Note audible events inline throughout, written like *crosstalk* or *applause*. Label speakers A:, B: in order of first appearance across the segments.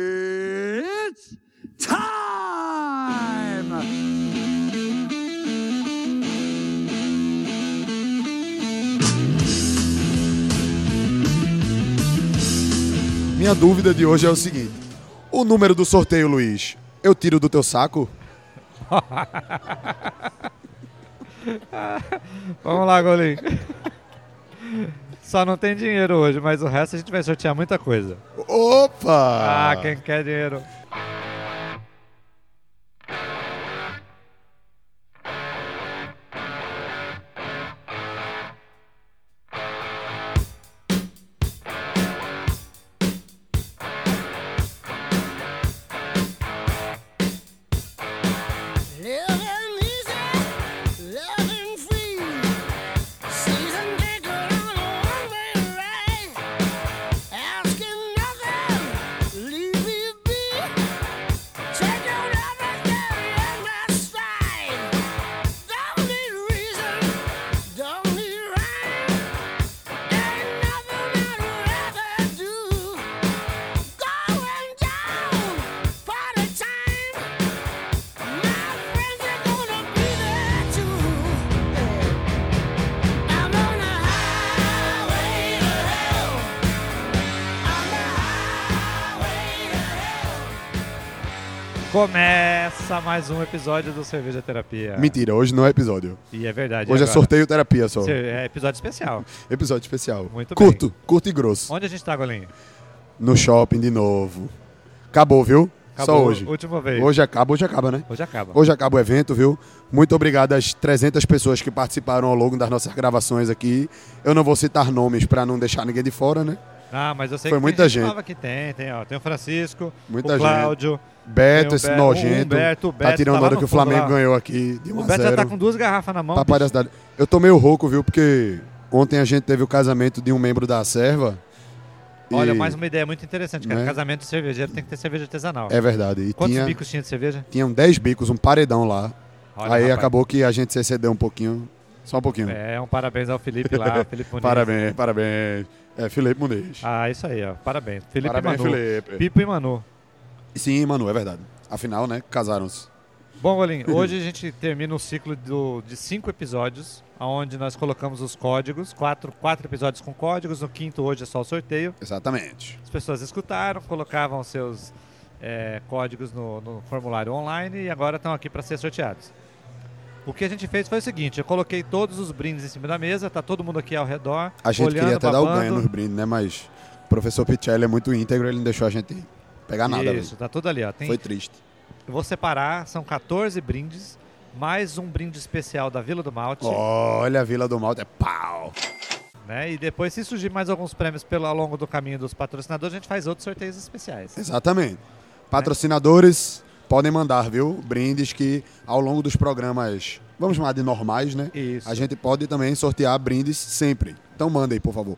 A: It's time!
B: Minha dúvida de hoje é o seguinte: o número do sorteio, Luiz, eu tiro do teu saco?
C: Vamos lá, Golim. Só não tem dinheiro hoje, mas o resto a gente vai sortear muita coisa.
B: Opa!
C: Ah, quem quer dinheiro?
D: Living easy, living free. Season ticket on a one-way ride. Asking nothing, leave me be. Taking everything in my stride. Don't need reason, don't need rhyme. Ain't nothing I'd rather do. Going down, party time.
C: Começa mais um episódio do Cerveja Terapia.
B: Mentira, hoje não é episódio.
C: E é verdade.
B: Hoje é
C: agora?
B: sorteio terapia só.
C: Cer- É episódio especial.
B: Episódio especial.
C: Muito bem.
B: curto, curto e grosso.
C: Onde a gente tá, Golim?
B: No shopping de novo. Acabou, viu? só
C: Acabou,
B: hoje.
C: última vez.
B: Hoje acaba, hoje acaba, né?
C: Hoje acaba.
B: Hoje acaba o evento, viu? Muito obrigado às 300 pessoas que participaram ao longo das nossas gravações aqui. Eu não vou citar nomes pra não deixar ninguém de fora, né?
C: Ah, mas eu sei
B: Foi
C: que
B: muita
C: tem
B: gente.
C: nova que tem. Tem, ó, tem o Francisco,
B: Muita
C: o Cláudio.
B: Beto,
C: Tem o
B: esse
C: Be- o
B: nojento.
C: Humberto, o
B: tá
C: Beto
B: tirando
C: tá
B: a
C: lá
B: hora
C: no
B: que o
C: fundo
B: Flamengo
C: lá.
B: ganhou aqui de 1 a
C: O Beto
B: 0.
C: já tá com duas garrafas na mão.
B: Papai da
C: bicho.
B: cidade. Eu tô meio rouco, viu? Porque ontem a gente teve o casamento de um membro da serva. e-
C: Olha, mais uma ideia muito interessante, cara.
B: Né?
C: Casamento de cervejeiro tem que ter cerveja artesanal.
B: É verdade. E
C: Quantos
B: tinha,
C: bicos tinha de cerveja?
B: tinham 10 bicos, um paredão lá.
C: Olha,
B: Aí
C: rapaz.
B: acabou que a gente se excedeu um pouquinho. Só um pouquinho.
C: É, um parabéns ao Felipe
B: *laughs*
C: lá, o Felipe Muniz.
B: Parabéns, parabéns. É, Felipe Muniz.
C: Ah, isso aí, ó. Parabéns. Felipe
B: parabéns,
C: e Manu.
B: Felipe.
C: Pipo e Manu.
B: Sim, Manu, é verdade. Afinal, né? Casaram-se.
C: Bom, Golim, hoje a gente termina um ciclo do- de cinco episódios, onde nós colocamos os códigos, quatro, quatro episódios com códigos, no quinto hoje é só o sorteio.
B: Exatamente.
C: As pessoas escutaram, colocavam seus é, códigos no, no formulário online e agora estão aqui para ser sorteados. O que a gente fez foi o seguinte, eu coloquei todos os brindes em cima da mesa, tá todo mundo aqui ao redor,
B: A gente
C: olhando,
B: queria até dar o ganho
C: babando.
B: nos brindes, né? Mas o professor Pichelli é muito íntegro, ele não deixou a gente pegar nada. velho.
C: Isso, tá tudo ali, ó. Tem
B: Foi triste.
C: Eu vou separar, são 14 brindes, mais um brinde especial da Vila do Malte,
B: Olha a Vila do Malte, é pau.
C: né? E depois, se surgir mais alguns prêmios pelo, ao longo do caminho dos patrocinadores, a gente faz outros sorteios especiais.
B: Exatamente. Patrocinadores podem mandar, viu? Brindes que ao longo dos programas, vamos chamar de normais, né?
C: Isso.
B: A gente pode também sortear brindes sempre. Então manda aí, por favor.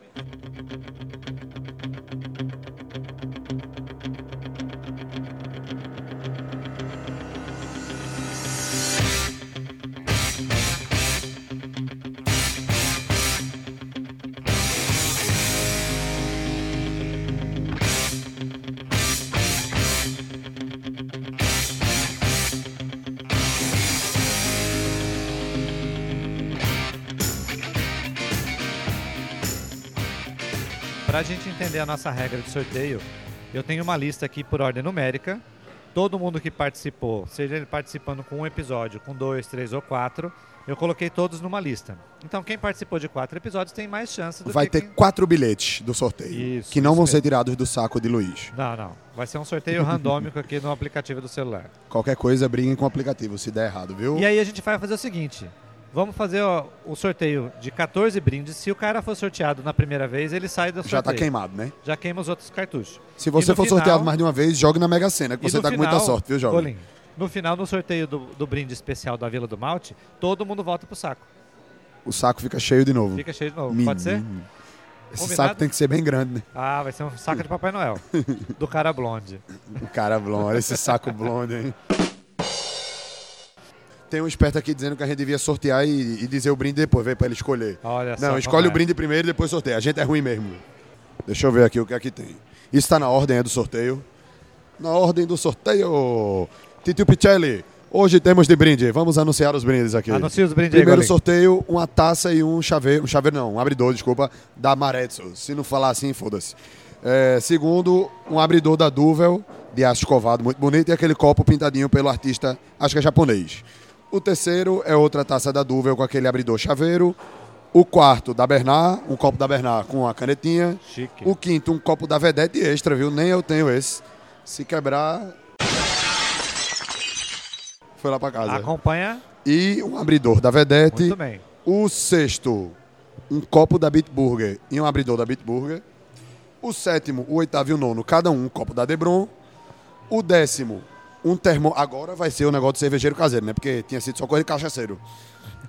C: Pra gente entender a nossa regra de sorteio, eu tenho uma lista aqui por ordem numérica. Todo mundo que participou, seja ele participando com um episódio, com dois, três ou quatro, eu coloquei todos numa lista. Então, quem participou de quatro episódios tem mais chance do
B: Vai
C: que
B: ter
C: quem...
B: quatro bilhetes do sorteio
C: Isso,
B: que não
C: isso
B: vão
C: mesmo.
B: ser tirados do saco de Luiz.
C: Não, não. Vai ser um sorteio randômico aqui no aplicativo do celular.
B: Qualquer coisa, briguem com o aplicativo se der errado, viu?
C: E aí a gente vai fazer o seguinte: vamos fazer ó, o sorteio de 14 brindes. Se o cara for sorteado na primeira vez, ele sai do
B: Já tá
C: sorteio.
B: queimado, né?
C: Já queima os outros cartuchos.
B: Se você
C: no
B: for
C: final-
B: sorteado mais de uma vez, jogue na Mega Sena, que
C: E
B: você
C: no
B: tá com
C: final-
B: muita sorte, viu, jovem?
C: Olhem, no final, no sorteio do, do brinde especial da Vila do Malte, todo mundo volta pro saco.
B: O saco fica cheio de novo.
C: Fica cheio de novo.
B: Menino.
C: Pode ser?
B: Esse
C: Combinado?
B: saco tem que ser bem grande, né?
C: Ah, vai ser um saco de
B: *laughs*
C: Papai Noel. do cara blonde.
B: O cara blonde, olha esse saco blonde, hein? Tem um esperto aqui dizendo que a gente devia sortear e, e dizer o brinde depois, ver pra ele escolher.
C: Olha só
B: Não,
C: como
B: escolhe
C: é.
B: o brinde primeiro e depois sorteia. A gente é ruim mesmo. Deixa eu ver aqui o que é que tem. Isso tá na ordem é do sorteio. Na ordem do sorteio. Titio Picelli, hoje temos de brinde. Vamos anunciar os brindes aqui.
C: Anuncia os brindes aí,
B: Primeiro
C: Golim.
B: sorteio, uma taça e um chaveiro. Um chaveiro não, um abridor, desculpa, da Marezzo. Se não falar assim, foda-se. É, segundo, um abridor da Duvel, de aço escovado, muito bonito, e aquele copo pintadinho pelo artista, acho que é japonês. O terceiro é outra taça da Duvel com aquele abridor chaveiro. O quarto, da Bernard, um copo da Bernard com a canetinha.
C: Chique.
B: O quinto, um copo da Vedete extra, viu? Nem eu tenho esse. Se quebrar. Foi lá pra casa.
C: Acompanha
B: E um abridor da Vedete.
C: muito bem.
B: O sexto, um copo da Bitburger e um abridor da Bitburger. O sétimo, o oitavo e o nono, cada um um copo da Debron. O décimo, um termo. Agora vai ser o negócio de cervejeiro caseiro, né? Porque tinha sido só coisa de cachaceiro.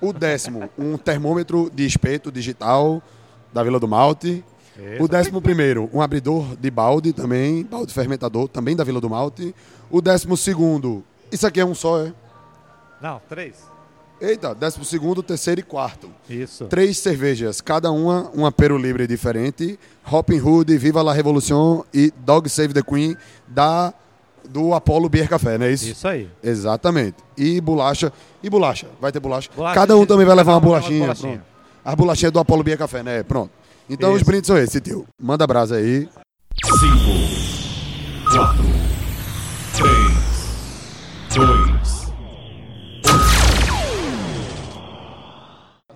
B: O décimo, um termômetro de espeto digital da Vila do Malte. O décimo primeiro, um abridor de balde também, balde fermentador, também da Vila do Malte. O décimo segundo, isso aqui é um só, é?
C: Não, três.
B: Eita, décimo segundo, terceiro e quarto.
C: Isso.
B: Três cervejas, cada uma uma Peru Libre diferente. Robin Hood, Viva la Revolução e Dog Save the Queen da do Apollo Beer Café, não é isso?
C: Isso aí.
B: Exatamente. E bolacha. E bolacha. Vai ter bolacha.
C: Bolacha,
B: cada um
C: isso,
B: também vai
C: cada
B: levar uma
C: um leva uma
B: bolachinha.
C: bolachinha.
B: Pronto. As bolachinhas do Apollo Beer Café, né? Pronto. Então os
C: Isso.
B: brindes são esses, tio. Manda brasa aí.
A: 5, 4, 3, 2,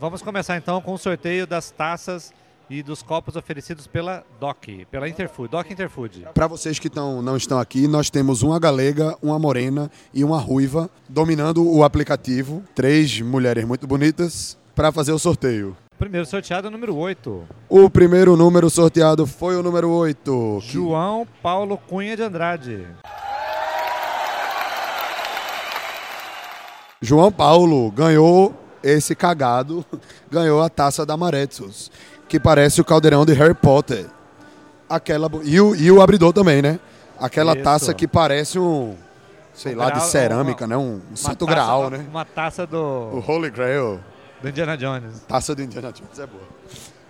C: Vamos começar então com o sorteio das taças e dos copos oferecidos pela DOC, pela Interfood. DOC Interfood.
B: Para vocês que tão, não estão aqui, nós temos uma galega, uma morena e uma ruiva dominando o aplicativo. Três mulheres muito bonitas para fazer o sorteio.
C: Primeiro sorteado, número 8.
B: O primeiro número sorteado foi o número 8.
C: João Paulo Cunha de Andrade.
B: João Paulo ganhou esse cagado, *laughs* ganhou a taça da Maretzos, que parece o caldeirão de Harry Potter. Aquela bo- e, o, e o abridor também, né? Aquela
C: Isso.
B: taça que parece um, sei lá, de
C: grau-
B: cerâmica,
C: uma-
B: né? Um, um santo
C: Uma taça
B: graal,
C: do-
B: né? Oh.
C: Uma taça
B: O
C: do,
B: Holy Grail.
C: do Indiana Jones.
B: Taça do Indiana Jones é boa.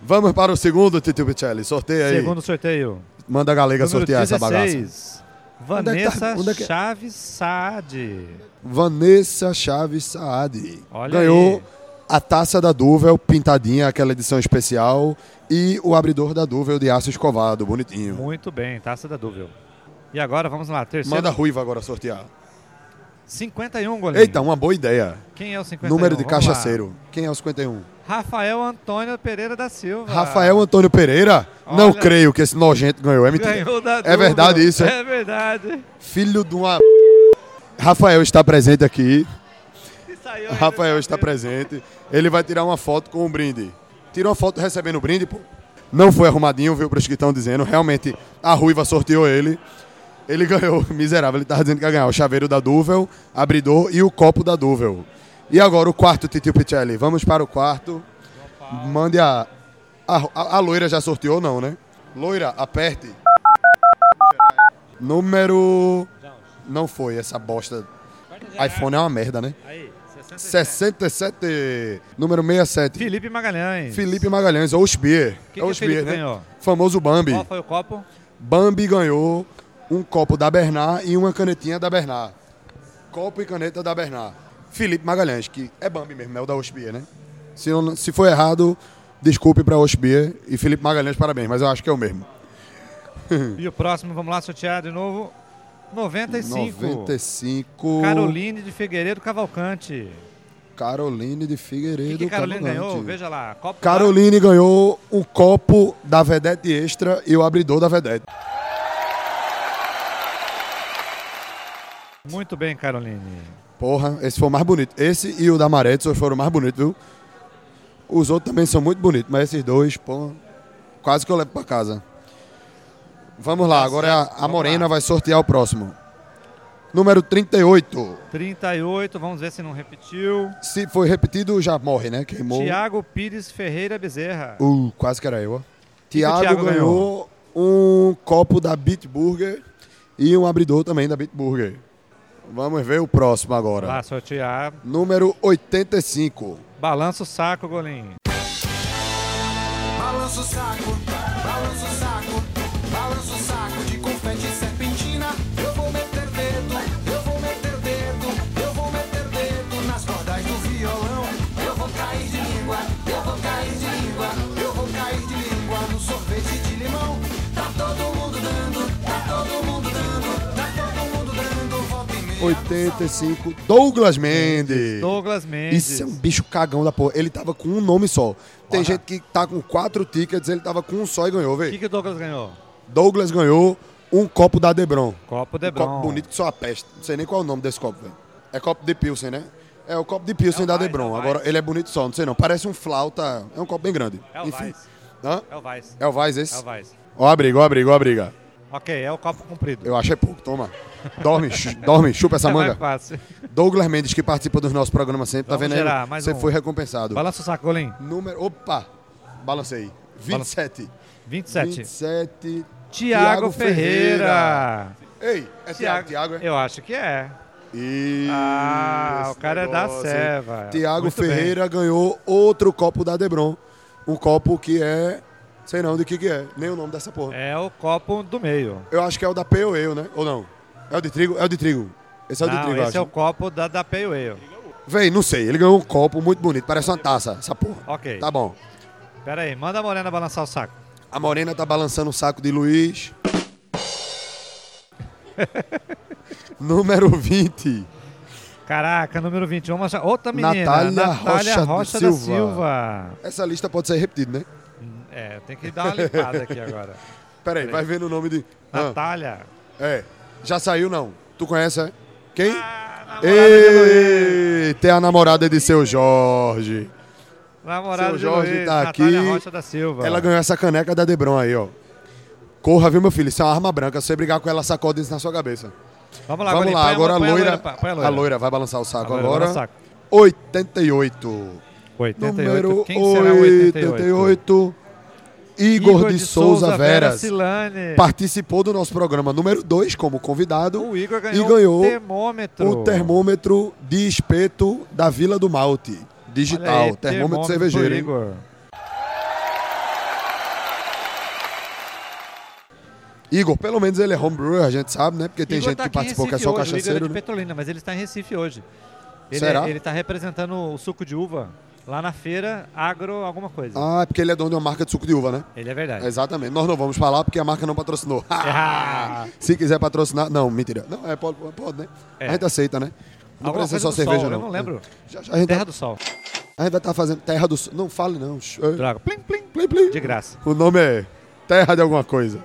B: Vamos para o segundo, Titio Picelli. Sorteia aí.
C: Segundo sorteio.
B: Manda a galega
C: Número
B: sortear essa bagaça.
C: 16.
B: Onde é que tá?
C: Vanessa
B: Onde é que é?
C: Chaves Saad.
B: Vanessa Chaves Saad.
C: Olha
B: Ganhou
C: aí.
B: a taça da Duvel pintadinha, aquela edição especial, e o abridor da Duvel de aço escovado, bonitinho.
C: Muito bem, taça da Duvel. E agora vamos lá, terceiro.
B: Manda a Ruiva agora sortear.
C: Hum. 51, goleiro.
B: Eita, uma boa ideia.
C: Quem é o 51?
B: Número de
C: Vamos lá.
B: cachaceiro. Quem é o 51?
C: Rafael Antônio Pereira da Silva.
B: Rafael Antônio Pereira? Não
C: Ah. Olha.
B: creio que esse nojento ganhou. É mentira.
C: Ganhou da
B: É
C: Duvel.
B: verdade isso, é?
C: É verdade.
B: Filho de uma. Rafael está presente aqui.
C: E saiu ainda
B: Rafael
C: da
B: está
C: Duvel.
B: presente. Ele vai tirar uma foto com o brinde. Tira uma foto recebendo o brinde, pô. Não foi arrumadinho, viu, para os que estão dizendo. Realmente, a Ruiva sorteou ele. Ele ganhou, *laughs* miserável. Ele estava dizendo que ia ganhar o chaveiro da Duvel, abridor e o copo da Duvel. E agora o quarto, Titio Picelli. Vamos para o quarto. Mande a... A, a, a loira já sorteou, não, né? Loira, aperte. Número... Não foi essa bosta. iPhone é uma merda, né?
C: Aí, 60.
B: 67, número 67.
C: Felipe Magalhães.
B: Felipe Magalhães, ou Osbier.
C: que
B: é o
C: que Felipe
B: Osbier, né?
C: ganhou?
B: Famoso Bambi.
C: Qual foi o copo?
B: Bambi ganhou um copo da Bernard e uma canetinha da Bernard. Copo e caneta da Bernard. Felipe Magalhães, que é Bambi mesmo, é o da Osbier, né? Se, eu não- se foi errado, desculpe para Osbier e Felipe Magalhães, parabéns, mas eu acho que é o mesmo.
C: E o próximo, vamos lá, sortear de novo. 95.
B: 95.
C: Caroline de Figueiredo Cavalcante.
B: Caroline de
C: O
B: Figueiredo.
C: que, que Caroline
B: Cavalcante.
C: ganhou? Veja lá. Copo tá
B: Caroline ganhou o copo da Vedete Extra e o abridor da Vedete.
C: Muito bem, Caroline.
B: Porra, esse foi o mais bonito. Esse e o da Maretson foram o mais bonitos, viu? Os outros também são muito bonitos, mas esses dois, pô, quase que eu levo pra casa. Vamos lá, agora a- a,
C: Tá Vamos
B: Morena
C: lá.
B: vai sortear o próximo. Número 38.
C: 38, vamos ver se não repetiu.
B: Se foi repetido, já morre, né? Queimou.
C: Tiago Pires Ferreira Bezerra.
B: Uh, quase que era eu, ó. Tiago,
C: Thiago
B: ganhou, um copo da Bitburger e um abridor também da Bitburger. Vamos ver o próximo agora.
C: Lá, sortear.
B: Número 85.
C: Balança o saco, Golim.
E: Balança o saco, balança o saco,
B: 85, Douglas Mendes.
C: Douglas Mendes.
B: Isso é um bicho cagão da porra. Ele tava com um nome só. Tem gente que tá com quatro tickets, ele tava com um só e ganhou,
C: O que,
B: velho.
C: que o Douglas ganhou?
B: Douglas ganhou um copo da Debron.
C: Copo
B: Um
C: Debron.
B: copo bonito que só a peste. Não sei nem qual é o nome desse copo, velho. É copo de Pilsen, né? É o copo de Pilsen
C: É o
B: da
C: Weiss, é
B: Debron.
C: o
B: Agora,
C: Weiss.
B: ele é bonito só, não sei não. Parece um flauta. É um copo bem grande.
C: É o
B: Enfim.
C: Weiss.
B: Hã?
C: É o Weiss.
B: É o Vaz
C: É
B: esse?
C: o Weiss.
B: Ó a briga, ó a briga, ó a briga.
C: Ok, é o copo comprido.
B: Eu achei pouco, toma. Dorme, *laughs* chu- dorme, chupa essa
C: É mais
B: manga.
C: fácil.
B: Douglas Mendes, que participa dos nossos programas sempre,
C: Vamos
B: tá vendo
C: gerar,
B: aí?
C: mais
B: Você
C: um.
B: foi recompensado.
C: Balança o saco, Golim.
B: Número. Opa! Balancei. 27.
C: 27.
B: 27.
C: Tiago Ferreira.
B: Ei, é Tiago, Tiago, é?
C: Eu acho que é.
B: Isso,
C: Ah, o cara é da
B: negócio, hein?
C: Seva.
B: Tiago
C: Muito
B: Ferreira ganhou outro copo da Debron. Um copo que é. Sei não de que, que é, nem o nome dessa porra.
C: É o copo do meio.
B: Eu acho que é o da Peu eu, né? Ou não? É o de trigo? É o de trigo. Esse é o de
C: Não,
B: trigo, eu
C: esse
B: acho.
C: é o copo da, da Pale Ale.
B: Véi, não sei. Ele ganhou um copo muito bonito. Parece uma taça, essa porra.
C: Ok.
B: Tá bom.
C: Pera aí, manda a Morena balançar o saco.
B: A Morena tá balançando o saco de
C: *laughs*
B: Luiz. Número 20.
C: Caraca, número 20. Vamos achar outra menina.
B: Natália Rocha do
C: da
B: Silva.
C: Silva.
B: Essa lista pode ser repetida, né?
C: É, tem que dar uma limpada
B: *laughs*
C: aqui agora.
B: Peraí, vai vendo o nome de. Ah,
C: Natália.
B: é. Já saiu, não? Tu conhece, é? Quem?
C: Ah,
B: Eita, é a namorada de seu Jorge.
C: Namorada
B: Seu
C: de
B: Jorge
C: Luiz,
B: tá
C: Natália
B: aqui.
C: Rocha da Silva.
B: Ela ganhou essa caneca da Debron aí, ó. Corra, viu, meu filho? Isso é uma arma branca. Se você brigar com ela, sacode isso na sua cabeça.
C: Vamos lá,
B: Vamos
C: Golim,
B: lá,
C: põe
B: agora a
C: põe
B: loira.
C: pá, põe
B: A loira vai balançar o saco
C: A loira
B: agora.
C: balança o um saco.
B: 88.
C: 88.
B: Número
C: Quem será o 88?
B: 88. Igor, de, Souza, Veras.
C: Silane.
B: Participou do nosso programa número 2 como convidado.
C: O Igor ganhou,
B: e ganhou
C: o termômetro.
B: o termômetro de espeto da Vila do Malte.
C: Olha
B: Digital,
C: aí,
B: termômetro, cervejeiro.
C: do
B: hein?
C: Igor.
B: Igor, pelo menos ele é homebrewer, a gente sabe, né? Porque tem
C: Igor
B: gente
C: tá
B: que
C: aqui em
B: participou que é
C: Recife
B: só
C: hoje, o Igor é
B: cachaceiro.
C: de
B: né?
C: Petrolina, mas ele está em Recife hoje. Ele, é,
B: Será?
C: Ele está representando o suco de uva lá na feira agro alguma coisa.
B: Ah, é porque ele é dono de uma marca de suco de uva, né?
C: Ele é verdade.
B: Exatamente. Nós não vamos falar porque a marca não patrocinou.
C: Ah,
B: *laughs* Se quiser patrocinar. Não, mentira. Não, é, pode, pode, né?
C: É.
B: A gente aceita, né? Não
C: alguma
B: precisa ser
C: coisa
B: só
C: do
B: cerveja,
C: sol,
B: não. Então-
C: Eu não lembro.
B: Já, já a, gente
C: Terra
B: vai,
C: do Sol.
B: a gente vai estar fazendo Terra do Sol. Não fale, não. Shh.
C: Droga. Plim, plim,
B: Plim, plim.
C: De graça.
B: O nome é Terra de alguma coisa.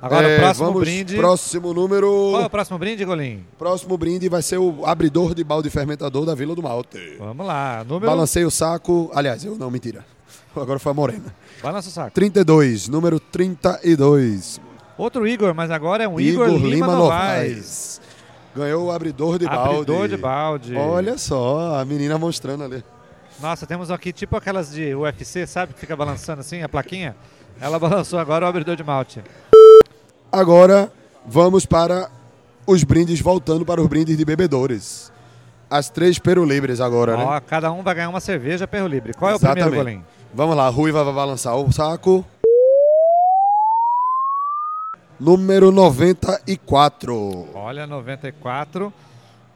C: Agora
B: É,
C: o próximo
B: vamos,
C: brinde.
B: Próximo número.
C: Qual é o próximo brinde, Golim?
B: Próximo brinde vai ser o abridor de balde fermentador da Vila do Malte.
C: Vamos lá. Número... um,
B: Balancei o saco. Aliás, eu não, mentira. *laughs* Agora foi a Morena.
C: Balança o saco.
B: 32, número 32.
C: Outro Igor, mas agora é um Igor, Lima, Novaes.
B: Ganhou o abridor de balde.
C: Abridor de balde.
B: Olha só, a menina mostrando ali.
C: Nossa, temos aqui tipo aquelas de UFC, sabe? Que fica balançando assim a plaquinha. Ela *laughs* balançou agora o abridor de malte.
B: Agora vamos para os brindes, voltando para os brindes de bebedores. As três perolibres agora, né?
C: Ó, cada um vai ganhar uma cerveja perro livre. Qual é o
B: Exatamente.
C: primeiro, Golim?
B: Vamos lá, Rui vai balançar o saco. Número 94.
C: Olha, 94.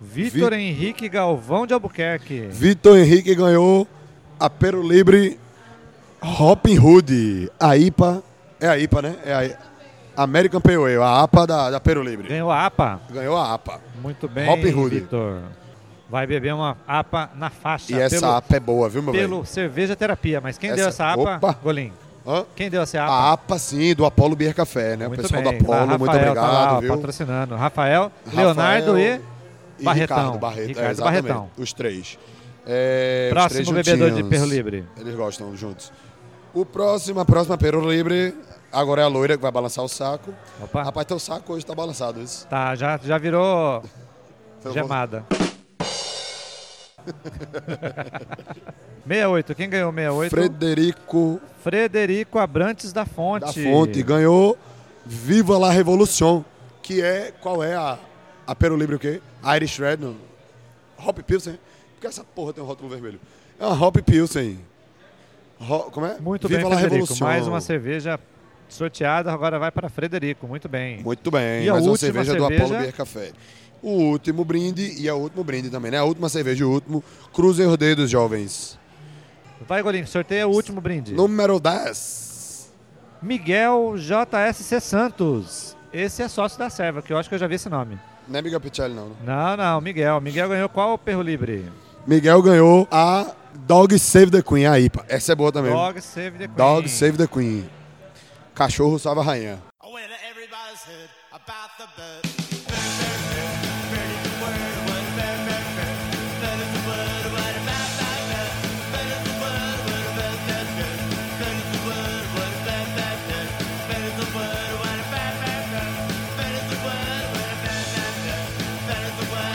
C: Vitor Henrique Galvão de Albuquerque.
B: Vitor Henrique ganhou a perolibre Robin Hood. A IPA, é a IPA, né? É a I- American Pale Ale, a APA da, da perolibre.
C: Ganhou a APA.
B: Ganhou a APA.
C: Muito bem,
B: Robin Hood.
C: Vitor. Vai beber uma APA na faixa.
B: E essa
C: pelo,
B: APA é boa, viu, meu
C: pelo cerveja terapia. Mas quem deu
B: Essa-
C: essa APA,
B: Opa.
C: Golim?
B: velho? Hã?
C: Quem deu essa APA?
B: A APA, sim, do Apolo Beer Café, né? Ah, o pessoal do Apolo, muito
C: Rafael tá lá,
B: obrigado,
C: ó,
B: viu?
C: Patrocinando. Rafael, Leonardo e.
B: e
C: Barretão.
B: Ricardo, Barreto,
C: Ricardo
B: é, exatamente,
C: Barretão.
B: Os três. É, os
C: Próximo
B: três
C: bebedor de
B: juntinhos.
C: Perro Livre.
B: Eles gostam juntos. O próximo, a próxima Perro Livre, agora é a loira que vai balançar o saco.
C: Opa.
B: Rapaz, teu saco hoje tá balançado. Isso.
C: Tá, já, já virou
B: Foi
C: gemada. 68, quem ganhou 68?
B: Frederico
C: Frederico Abrantes da Fonte.
B: da Fonte ganhou Viva la Revolução, que é, qual é a, a Perro Livre o quê? Irish Red, no, Hop Pilsen. Por que essa porra tem um rótulo vermelho? É uma Hop Pilsen. Ro- como é?
C: Muito
B: Viva
C: bem,
B: la
C: Frederico.
B: Revolução.
C: Mais uma cerveja sorteada, agora vai para Frederico. Muito bem.
B: Muito bem,
C: E a
B: mais uma
C: última
B: cerveja, do
C: cerveja?
B: Apollo Beer Café. O último brinde e é o último brinde também, né? A última cerveja e o último. Cruzem os dedos, jovens.
C: Vai, Golim, sorteia o último brinde.
B: Número 10.
C: Miguel JSC Santos. Esse é sócio da serva, que eu acho que eu já vi esse nome.
B: Não é Miguel Pichelli, não. né?
C: Não, não, Miguel. Miguel ganhou qual Perro Livre?
B: Miguel ganhou a Dog Save the Queen, a IPA. Essa é boa também. Dog,
C: Dog Save the Queen.
B: Save the Queen. Cachorro salva a rainha.
D: Oh, well, everybody's heard about the bird. Bird, bird, bird. Bird is the word, word, bird, bird, bird. Bird is the word, word, bird, bird, bird. Bird is the word, word, bird, bird, bird. Bird is the word, word, bird, bird, bird. Bird is the word, word, bird, bird, bird. Bird is the word,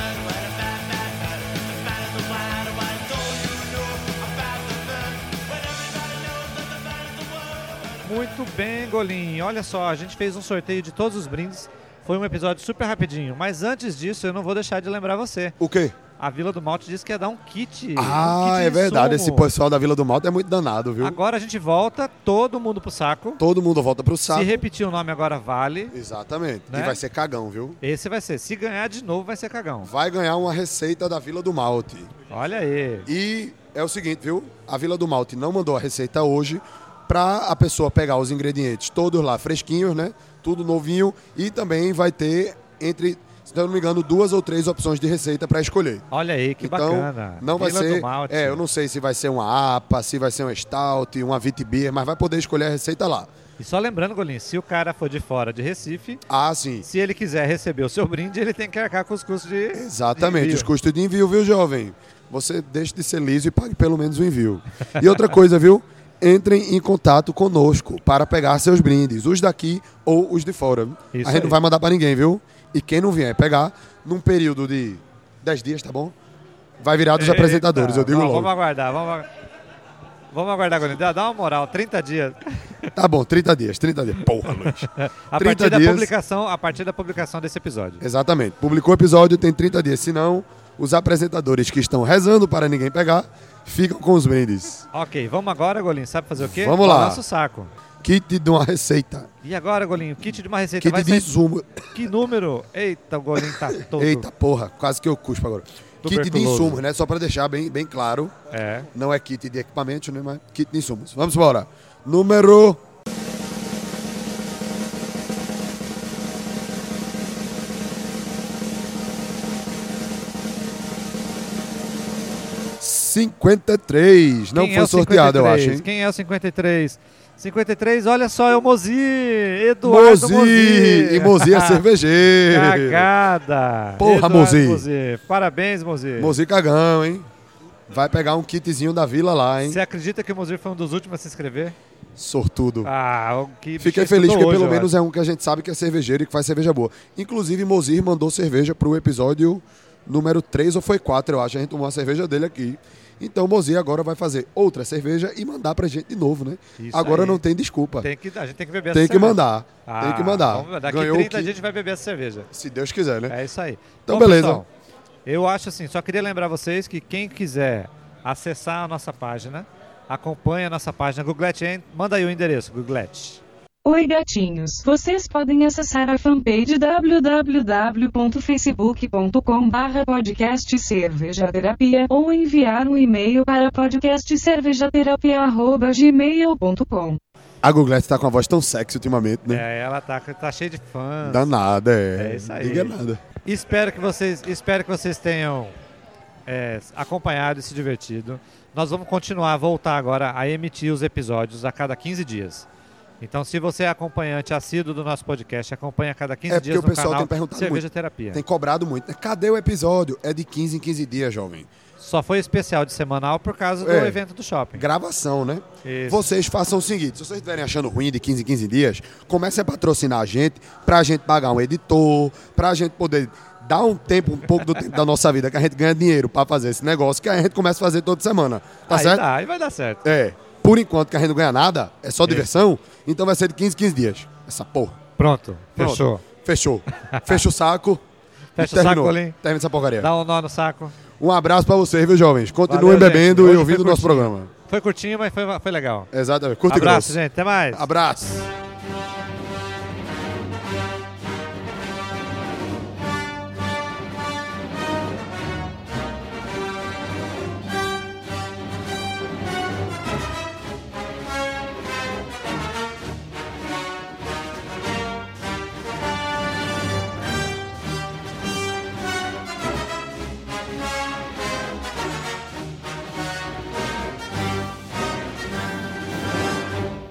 D: word, bird, bird, bird. Bird is the word, word, bird, bird, bird. The bird is the word, word, don't you know about the bird? When everybody knows that the bird is the word.
C: Muito bem, Golim. Olha só, a gente fez um sorteio de todos os brindes. Foi um episódio super rapidinho. Mas antes disso, eu não vou deixar de lembrar você.
B: O quê?
C: A Vila do Malte disse que ia dar um kit. um kit
B: Ah,
C: de
B: é verdade. Esse
C: insumo.
B: pessoal da Vila do Malta é muito danado, viu?
C: Agora a gente volta, todo mundo pro saco.
B: Todo mundo volta pro saco.
C: Se repetir o nome agora, vale.
B: Exatamente.
C: Né?
B: E vai ser cagão, viu?
C: Esse vai ser. Se ganhar de novo, vai ser cagão.
B: Vai ganhar uma receita da Vila do Malte.
C: Olha aí.
B: E é o seguinte, viu? A Vila do Malte não mandou a receita hoje para a pessoa pegar os ingredientes todos lá fresquinhos, né? Tudo novinho e também vai ter entre, se não me engano, duas ou três opções de receita para escolher.
C: Olha aí, que
B: então,
C: bacana.
B: não vai
C: Vila do
B: ser,
C: Malte.
B: é, eu não sei se vai ser uma APA, se vai ser um stout, uma Vitibir, mas vai poder escolher a receita lá.
C: E só lembrando, Golim, se o cara for de fora de Recife,
B: Ah, sim.
C: se ele quiser receber o seu brinde, ele tem que arcar com os custos de.
B: Exatamente,
C: de
B: os
C: envio.
B: custos de envio, viu, jovem? Você deixe de ser liso e pague pelo menos o envio. E outra coisa, viu? Entrem em contato conosco para pegar seus brindes, os daqui ou os de fora.
C: Isso
B: a gente
C: aí.
B: não vai mandar para ninguém, viu? E quem não vier pegar, num período de 10 dias, tá bom? Vai virar dos apresentadores, eu
C: Eita,
B: digo
C: não,
B: logo.
C: Vamos aguardar, vamos aguardar. Vamos aguardar, Golim. Dá, dá uma moral, 30 dias.
B: Tá bom, 30 dias, 30 dias. Porra, Luiz.
C: A partir, da
B: dias.
C: publicação, a partir da publicação desse episódio.
B: Exatamente. Publicou o episódio, tem 30 dias. Senão, os apresentadores que estão rezando para ninguém pegar, ficam com os brindes.
C: Ok, vamos agora, Golim. Sabe fazer o quê?
B: Vamos lá.
C: Balança o saco.
B: Kit de uma receita.
C: E agora, Golim, o kit de uma receita
B: Kit
C: vai
B: de
C: ser
B: insumo.
C: que número? Eita, o Golim
B: *laughs*
C: tá todo.
B: Eita porra, quase que eu cuspo agora. Kit de
C: Tuberculoso.
B: insumos, né? Só pra deixar bem, bem claro.
C: É.
B: Não é kit de equipamento, né? Mas kit de insumos. Vamos embora. Número. ...53. Não
C: Quem
B: foi
C: é o
B: sorteado, eu acho,
C: 53?
B: hein?
C: Quem é o 53? 53, olha só, é o Mozi! Eduardo é Mozi! Ah,
B: Mozi! E
C: *laughs*
B: Mozi é cervejeiro.
C: Cagada!
B: Porra,
C: Eduardo
B: Mozi.
C: Parabéns, Mozi!
B: Mozi cagão, hein? Vai pegar um kitzinho da vila lá, hein?
C: Você acredita que o Mozi foi um dos últimos a se inscrever?
B: Sortudo.
C: Ah, o que bicho
B: Fiquei
C: estudou
B: feliz porque
C: hoje,
B: pelo
C: eu
B: menos
C: acho.
B: é um que a gente sabe que é cervejeiro e que faz cerveja boa. Inclusive, Mozir mandou cerveja pro episódio número 3 ou foi 4, eu acho. A gente tomou a cerveja dele aqui. Então, Mozir agora vai fazer outra cerveja e mandar pra gente de novo, né?
C: Isso
B: agora
C: aí.
B: não tem desculpa. Tem,
C: Tem que, a gente tem que beber essa
B: que
C: cerveja.
B: mandar. um. tem
C: Ah,
B: que mandar.
C: Vamos, daqui
B: Ganhou o
C: 30
B: kit,
C: dias a gente vai beber essa cerveja.
B: se Deus quiser, né?
C: É isso aí.
B: Então, beleza.
C: pessoal, eu acho assim, só queria lembrar vocês que quem quiser acessar a nossa página, acompanha a nossa página Googlete, hein? manda aí o endereço, Googlete.
E: Oi gatinhos, vocês podem acessar a fanpage www.facebook.com barra podcast cervejaterapia ou enviar um e-mail para podcastcervejaterapia.gmail.com
B: A Google tá com a voz tão sexy ultimamente, né?
C: É, ela tá, tá cheia de fãs.
B: Danada, é.
C: É isso aí.
B: Diga nada.
C: Espero que vocês, espero que vocês tenham é, acompanhado e se divertido. Nós vamos continuar, voltar agora a emitir os episódios a cada 15 dias. Então, se você é acompanhante assíduo do nosso podcast, acompanha a cada 15
B: É, porque
C: dias
B: o
C: no
B: pessoal
C: canal
B: tem perguntado
C: Cerveja
B: muito.
C: Terapia.
B: Tem cobrado muito. né? Cadê o episódio? É de 15 em 15 dias, jovem.
C: Só foi especial de semanal por causa do
B: É.
C: evento do shopping.
B: gravação, né?
C: Isso.
B: Vocês façam o seguinte: se vocês estiverem achando ruim de 15 em 15 dias, comece a patrocinar a gente pra gente pagar um editor, pra gente poder dar um tempo, um pouco do tempo da nossa vida, que a gente ganha dinheiro pra fazer esse negócio, que aí a gente começa a fazer toda semana. Tá
C: aí
B: certo?
C: dá, aí vai dar certo.
B: É. Por enquanto que a gente não ganha nada, é só diversão, então vai ser de 15 em 15 dias. Essa porra.
C: Pronto,
B: Pronto.
C: fechou.
B: Fechou. Fecha o
C: *laughs*
B: saco. e
C: Fecha o saco,
B: terminou.
C: Colim.
B: Termina essa porcaria.
C: Dá um nó no saco.
B: Um abraço pra vocês, viu, jovens? Continuem
C: Valeu, gente.
B: bebendo
C: Hoje
B: e
C: foi
B: ouvindo o nosso
C: curtinho.
B: programa.
C: Foi curtinho, mas foi, foi legal.
B: Exatamente. Curta e
C: Abraço,
B: grosso.
C: gente. Até mais.
B: Abraço.